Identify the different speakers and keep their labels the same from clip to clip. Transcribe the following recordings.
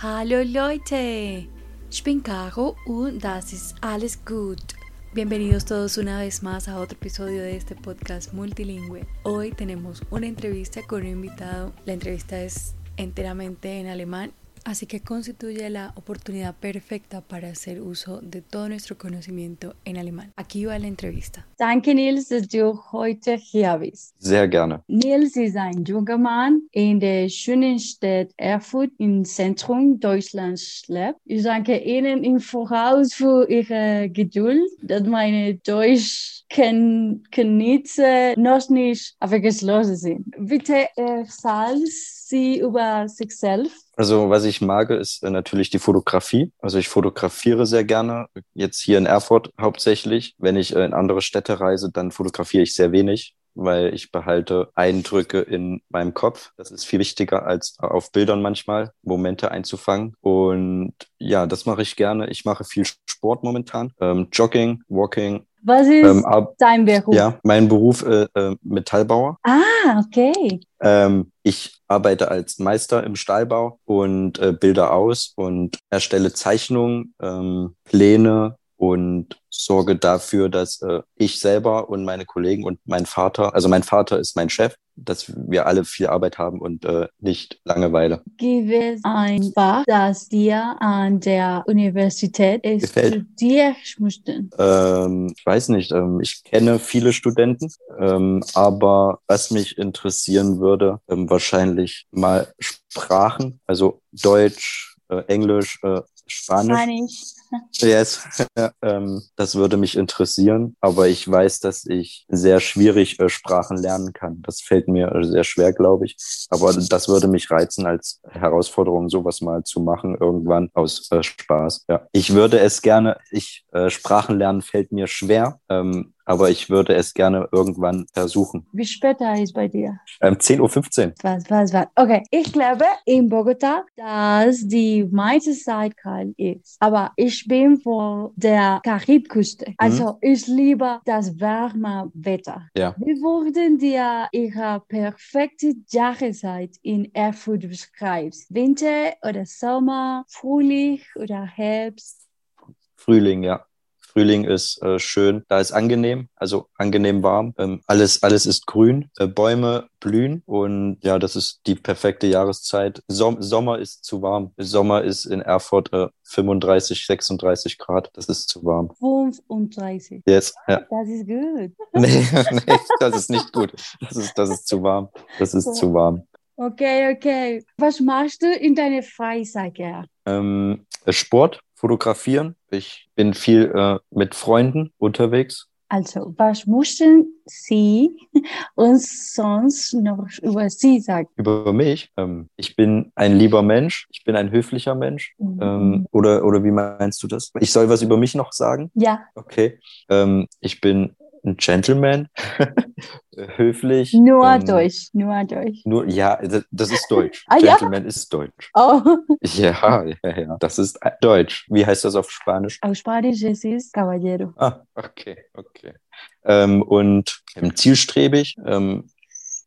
Speaker 1: Hallo Leute, ich bin Caro und das ist alles gut. Bienvenidos todos una vez más a otro episodio de este podcast multilingüe. Hoy tenemos una entrevista con un invitado. La entrevista es enteramente en alemán, así que constituye la oportunidad perfecta para hacer uso de todo nuestro conocimiento en alemán. Aquí va la entrevista.
Speaker 2: Danke, Nils, dass du heute hier bist.
Speaker 3: Sehr gerne.
Speaker 2: Nils ist ein junger Mann in der schönen Stadt Erfurt im Zentrum Deutschlands lebt. Ich danke Ihnen im Voraus für Ihre Geduld, dass meine Deutschkenntnisse noch nicht abgeschlossen sind. Bitte erzählen Sie über sich selbst.
Speaker 3: Also was ich mag, ist äh, natürlich die Fotografie. Also ich fotografiere sehr gerne, jetzt hier in Erfurt hauptsächlich. Wenn ich äh, in andere Städte reise, dann fotografiere ich sehr wenig, weil ich behalte Eindrücke in meinem Kopf. Das ist viel wichtiger als auf Bildern manchmal, Momente einzufangen. Und ja, das mache ich gerne. Ich mache viel Sport momentan. Ähm, Jogging, Walking,
Speaker 2: was ist ähm, ab, dein Beruf?
Speaker 3: Ja, mein Beruf äh, äh, Metallbauer.
Speaker 2: Ah, okay.
Speaker 3: Ähm, ich arbeite als Meister im Stahlbau und äh, bilde aus und erstelle Zeichnungen, ähm, Pläne und sorge dafür, dass äh, ich selber und meine Kollegen und mein Vater, also mein Vater ist mein Chef, dass wir alle viel Arbeit haben und äh, nicht Langeweile.
Speaker 2: Gibt es ein Fach, das dir an der Universität Gefällt? studieren mussten?
Speaker 3: Ähm, ich weiß nicht. Ähm, ich kenne viele Studenten, ähm, aber was mich interessieren würde, ähm, wahrscheinlich mal Sprachen, also Deutsch, äh, Englisch, äh, Spanisch.
Speaker 2: Spanisch.
Speaker 3: Yes. ähm, das würde mich interessieren, aber ich weiß, dass ich sehr schwierig äh, Sprachen lernen kann. Das fällt mir äh, sehr schwer, glaube ich. Aber das würde mich reizen als Herausforderung, sowas mal zu machen, irgendwann aus äh, Spaß. Ja. Ich würde es gerne, ich äh, Sprachen lernen fällt mir schwer. Ähm, aber ich würde es gerne irgendwann versuchen.
Speaker 2: Wie später ist bei dir?
Speaker 3: Ähm, 10.15 Uhr.
Speaker 2: Was, was, was? Okay, ich glaube in Bogota, dass die meiste Zeit kalt ist. Aber ich bin von der Karibküste. Also mhm. ich liebe das warme Wetter.
Speaker 3: Ja.
Speaker 2: Wie würden dir ihre perfekte Jahreszeit in Erfurt beschreiben? Winter oder Sommer, Frühling oder Herbst?
Speaker 3: Frühling, ja. Frühling ist äh, schön, da ist angenehm, also angenehm warm. Ähm, alles, alles ist grün, äh, Bäume blühen und ja, das ist die perfekte Jahreszeit. Som Sommer ist zu warm. Sommer ist in Erfurt äh, 35, 36 Grad. Das ist zu warm.
Speaker 2: 35.
Speaker 3: Yes. Ja.
Speaker 2: Das ist gut.
Speaker 3: nee, nee, das ist nicht gut. Das ist, das ist zu warm. Das ist so. zu warm.
Speaker 2: Okay, okay. Was machst du in deiner Freizeit? Ja?
Speaker 3: Ähm, Sport fotografieren. Ich bin viel äh, mit Freunden unterwegs.
Speaker 2: Also, was mussten Sie uns sonst noch über Sie sagen?
Speaker 3: Über mich? Ähm, ich bin ein lieber Mensch. Ich bin ein höflicher Mensch. Mhm. Ähm, oder, oder wie meinst du das? Ich soll was über mich noch sagen?
Speaker 2: Ja.
Speaker 3: Okay. Ähm, ich bin ein Gentleman, höflich.
Speaker 2: Nur ähm, Deutsch, nur Deutsch.
Speaker 3: Nur, ja, das, das ist Deutsch. ah, Gentleman ja? ist Deutsch.
Speaker 2: Oh.
Speaker 3: Ja, ja, ja, das ist äh, Deutsch. Wie heißt das auf Spanisch?
Speaker 2: Auf Spanisch es ist Caballero.
Speaker 3: Ah, okay, okay. Ähm, und zielstrebig, ähm,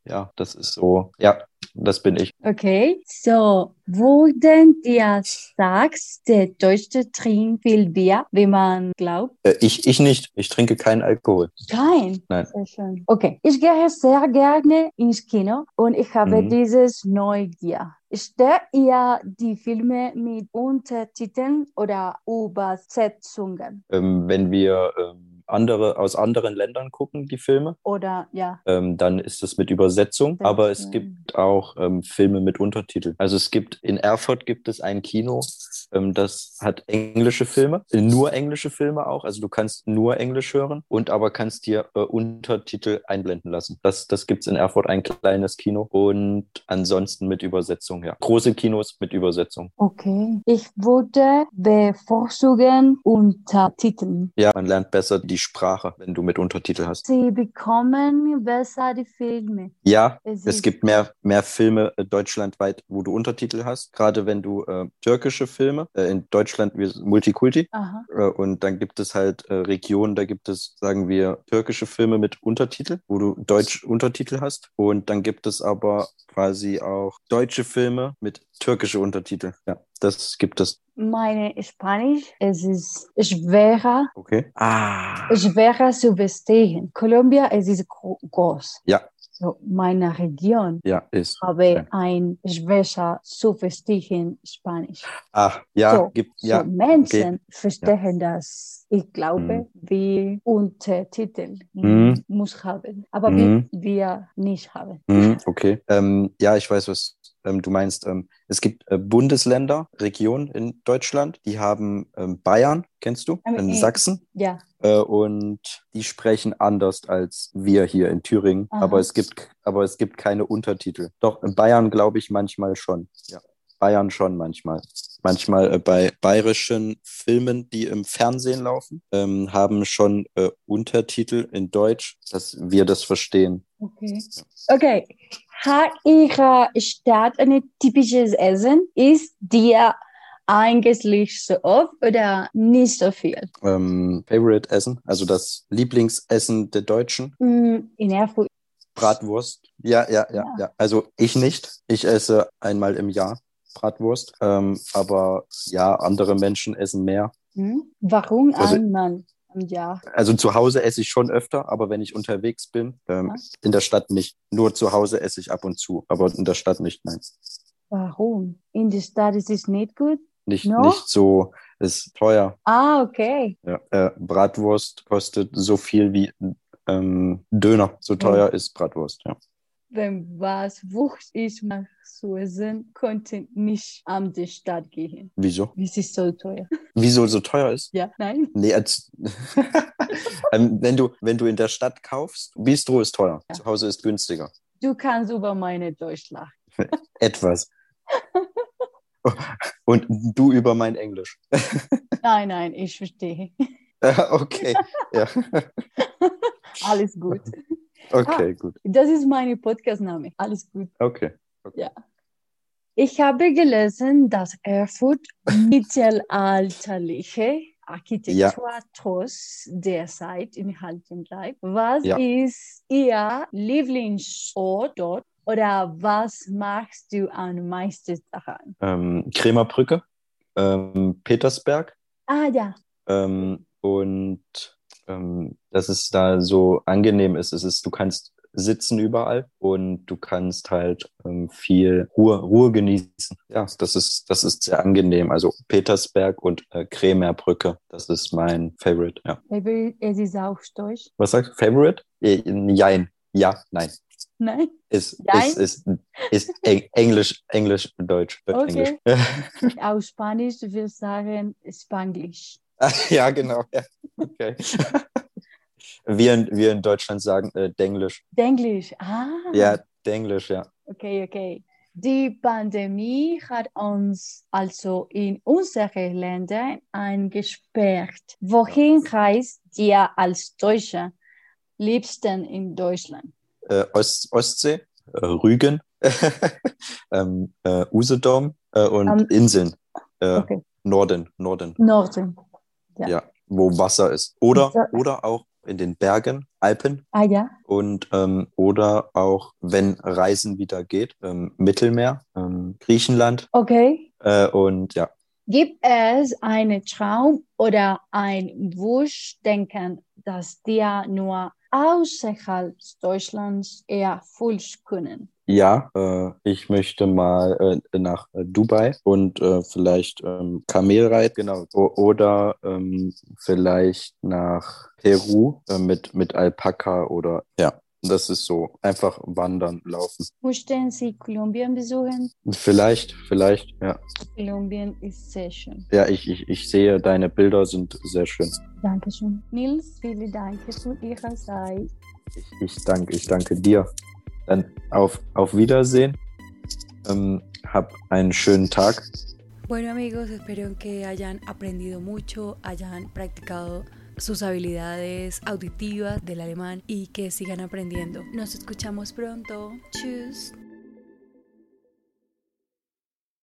Speaker 3: ja, das ist so, ja, das bin ich.
Speaker 2: Okay, so wurden dir sagst, der Deutsche trinkt viel Bier, wie man glaubt?
Speaker 3: Äh, ich, ich nicht. Ich trinke keinen Alkohol.
Speaker 2: Kein?
Speaker 3: Nein.
Speaker 2: Sehr schön. Okay, ich gehe sehr gerne ins Kino und ich habe mhm. dieses Neugier. Stellt ihr die Filme mit Untertiteln oder Übersetzungen?
Speaker 3: Ähm, wenn wir ähm andere aus anderen Ländern gucken, die Filme.
Speaker 2: Oder ja.
Speaker 3: Ähm, dann ist es mit Übersetzung. Das aber es gibt auch ähm, Filme mit Untertitel. Also es gibt in Erfurt gibt es ein Kino, ähm, das hat englische Filme, äh, nur englische Filme auch. Also du kannst nur Englisch hören und aber kannst dir äh, Untertitel einblenden lassen. Das, das gibt es in Erfurt ein kleines Kino und ansonsten mit Übersetzung, ja. Große Kinos mit Übersetzung.
Speaker 2: Okay. Ich würde bevorzugen Untertiteln.
Speaker 3: Ja, man lernt besser die Sprache, wenn du mit Untertitel hast.
Speaker 2: Sie bekommen besser die Filme.
Speaker 3: Ja, es,
Speaker 2: Hm.
Speaker 3: es gibt mehr, mehr Filme äh, deutschlandweit, wo du Untertitel hast. Gerade wenn du äh, türkische Filme äh, in Deutschland, wir Multikulti. Äh, und dann gibt es halt Regionen, da gibt es, sagen wir, türkische Filme mit Untertitel, wo du deutsch Untertitel hast. Und dann gibt es aber quasi auch deutsche Filme mit türkische Untertitel. Ja. Das gibt es.
Speaker 2: Meine Spanisch, es ist schwerer,
Speaker 3: Okay. Ah.
Speaker 2: schwerer zu verstehen. Kolumbien, es ist gro- groß.
Speaker 3: Ja.
Speaker 2: So, meine Region
Speaker 3: Ja, ist.
Speaker 2: habe
Speaker 3: Ja.
Speaker 2: ein schwerer zu verstehen Spanisch.
Speaker 3: Ah, ja,
Speaker 2: So,
Speaker 3: gibt,
Speaker 2: so
Speaker 3: ja.
Speaker 2: Menschen verstehen das, ich glaube,
Speaker 3: Mhm.
Speaker 2: wie Untertitel
Speaker 3: Mhm.
Speaker 2: muss haben, aber
Speaker 3: Mhm.
Speaker 2: wir, wir nicht haben.
Speaker 3: Mhm, okay. Ähm, ja, ich weiß, was ähm, du meinst. Ähm, es gibt äh, Bundesländer, Regionen in Deutschland, die haben ähm, Bayern, kennst du,
Speaker 2: Ähm,
Speaker 3: in
Speaker 2: äh,
Speaker 3: Sachsen.
Speaker 2: Ja,
Speaker 3: Äh, und die sprechen anders als wir hier in Thüringen.
Speaker 2: Aha.
Speaker 3: Aber es gibt, aber es gibt keine Untertitel. Doch, in Bayern glaube ich manchmal schon. Ja. Bayern schon manchmal. Manchmal äh, bei bayerischen Filmen, die im Fernsehen laufen, ähm, haben schon äh, Untertitel in Deutsch, dass wir das verstehen.
Speaker 2: okay. Okay, äh, hat Ihre Stadt ein typisches Essen? Ist dir eigentlich so oft oder nicht so viel?
Speaker 3: Ähm, Favorite Essen, also das Lieblingsessen der Deutschen,
Speaker 2: Mm, In Erfurt.
Speaker 3: Bratwurst. Ja, ja, ja,
Speaker 2: Ja.
Speaker 3: ja, Also ich nicht. Ich esse einmal im Jahr Bratwurst. Ähm, aber ja, andere Menschen essen mehr.
Speaker 2: Hm? Warum
Speaker 3: Also-
Speaker 2: einmal im Jahr?
Speaker 3: Also zu Hause esse ich schon öfter, aber wenn ich unterwegs bin, ähm,
Speaker 2: Ah.
Speaker 3: in der Stadt nicht. Nur zu Hause esse ich ab und zu, aber in der Stadt nicht. Nein,
Speaker 2: Warum? In der Stadt ist es nicht gut?
Speaker 3: nicht,
Speaker 2: No?
Speaker 3: nicht so. Ist teuer.
Speaker 2: Ah, okay.
Speaker 3: Ja. Äh, Bratwurst kostet so viel wie ähm, Döner. So teuer ist Bratwurst. Ja.
Speaker 2: wenn was wuchs ich nach Suezen, konnte nicht an die Stadt gehen.
Speaker 3: Wieso?
Speaker 2: Es ist so teuer.
Speaker 3: Wieso so teuer ist?
Speaker 2: Ja, nein.
Speaker 3: Nee, als, ähm, wenn, du, wenn du in der Stadt kaufst, Bistro ist teuer,
Speaker 2: Ja.
Speaker 3: zu Hause ist günstiger.
Speaker 2: Du kannst über meine Deutsch lachen.
Speaker 3: Etwas. Und du über mein Englisch.
Speaker 2: Nein, nein, ich verstehe.
Speaker 3: okay, ja.
Speaker 2: Alles gut.
Speaker 3: Okay, gut.
Speaker 2: Das ist mein Podcastname. Alles gut.
Speaker 3: Okay.
Speaker 2: Ich habe gelesen, dass Erfurt mittelalterliche Architektur trotz der Zeit in Halten bleibt. Was
Speaker 3: Ja.
Speaker 2: ist Ihr Lieblingsort dort oder was magst du am meisten daran?
Speaker 3: Ähm, Krämerbrücke, ähm, Petersberg
Speaker 2: Ah ja,
Speaker 3: ähm, und ähm, dass es da so angenehm ist. Es ist, du kannst sitzen überall und du kannst halt ähm, viel Ruhe, Ruhe genießen. Ja, das ist, das ist sehr angenehm. Also Petersberg und äh, Krämerbrücke, das ist mein Favorite. Ja.
Speaker 2: Baby, es ist auch Deutsch.
Speaker 3: Was sagst du? Favorite? Eh, Jein. Ja, nein.
Speaker 2: Nein?
Speaker 3: Ist,
Speaker 2: Jein?
Speaker 3: ist, ist, ist Eng Englisch, Englisch, Deutsch, Deutsch,
Speaker 2: Okay.
Speaker 3: Englisch.
Speaker 2: Auf Spanisch wir sagen Spanglisch.
Speaker 3: ja, genau. Ja. Okay. wir, in, wir in Deutschland sagen äh, Denglisch.
Speaker 2: Denglisch. Ah.
Speaker 3: Ja, Denglisch, ja.
Speaker 2: Okay, okay. Die Pandemie hat uns also in unsere Länder eingesperrt. Wohin reist ihr als Deutscher liebsten in Deutschland?
Speaker 3: Äh, Ost Ostsee, äh, Rügen, ähm, äh, Usedom äh, und
Speaker 2: Ähm,
Speaker 3: Inseln. Äh,
Speaker 2: okay.
Speaker 3: Norden, Norden,
Speaker 2: Norden. Ja.
Speaker 3: ja, wo Wasser ist. Oder,
Speaker 2: So-
Speaker 3: oder auch in den Bergen, Alpen
Speaker 2: Ah ja,
Speaker 3: und ähm, oder auch, wenn Reisen wieder geht, ähm, Mittelmeer, ähm, Griechenland
Speaker 2: okay.
Speaker 3: äh, und ja,
Speaker 2: Gibt es einen Traum oder ein Wunschdenken, das dir nur außerhalb Deutschlands erfüllen können?
Speaker 3: Ja, äh, ich möchte mal äh, nach äh, Dubai und äh, vielleicht ähm, Kamelreit, genau. O oder ähm, vielleicht nach Peru äh, mit, mit Alpaka oder ja, das ist so. Einfach wandern, laufen.
Speaker 2: Möchten Sie Kolumbien besuchen?
Speaker 3: Vielleicht, vielleicht, ja.
Speaker 2: Kolumbien ist sehr schön.
Speaker 3: Ja, ich, ich, ich sehe, deine Bilder sind sehr schön.
Speaker 2: Dankeschön. Nils, vielen Dank für Ihre Zeit.
Speaker 3: Ich, ich danke, ich danke dir. Dann auf, auf Wiedersehen. Ähm, hab einen schönen Tag.
Speaker 1: Bueno amigos, espero que hayan aprendido mucho, hayan practicado sus habilidades auditivas del alemán y que sigan aprendiendo. Nos escuchamos pronto. Tschüss.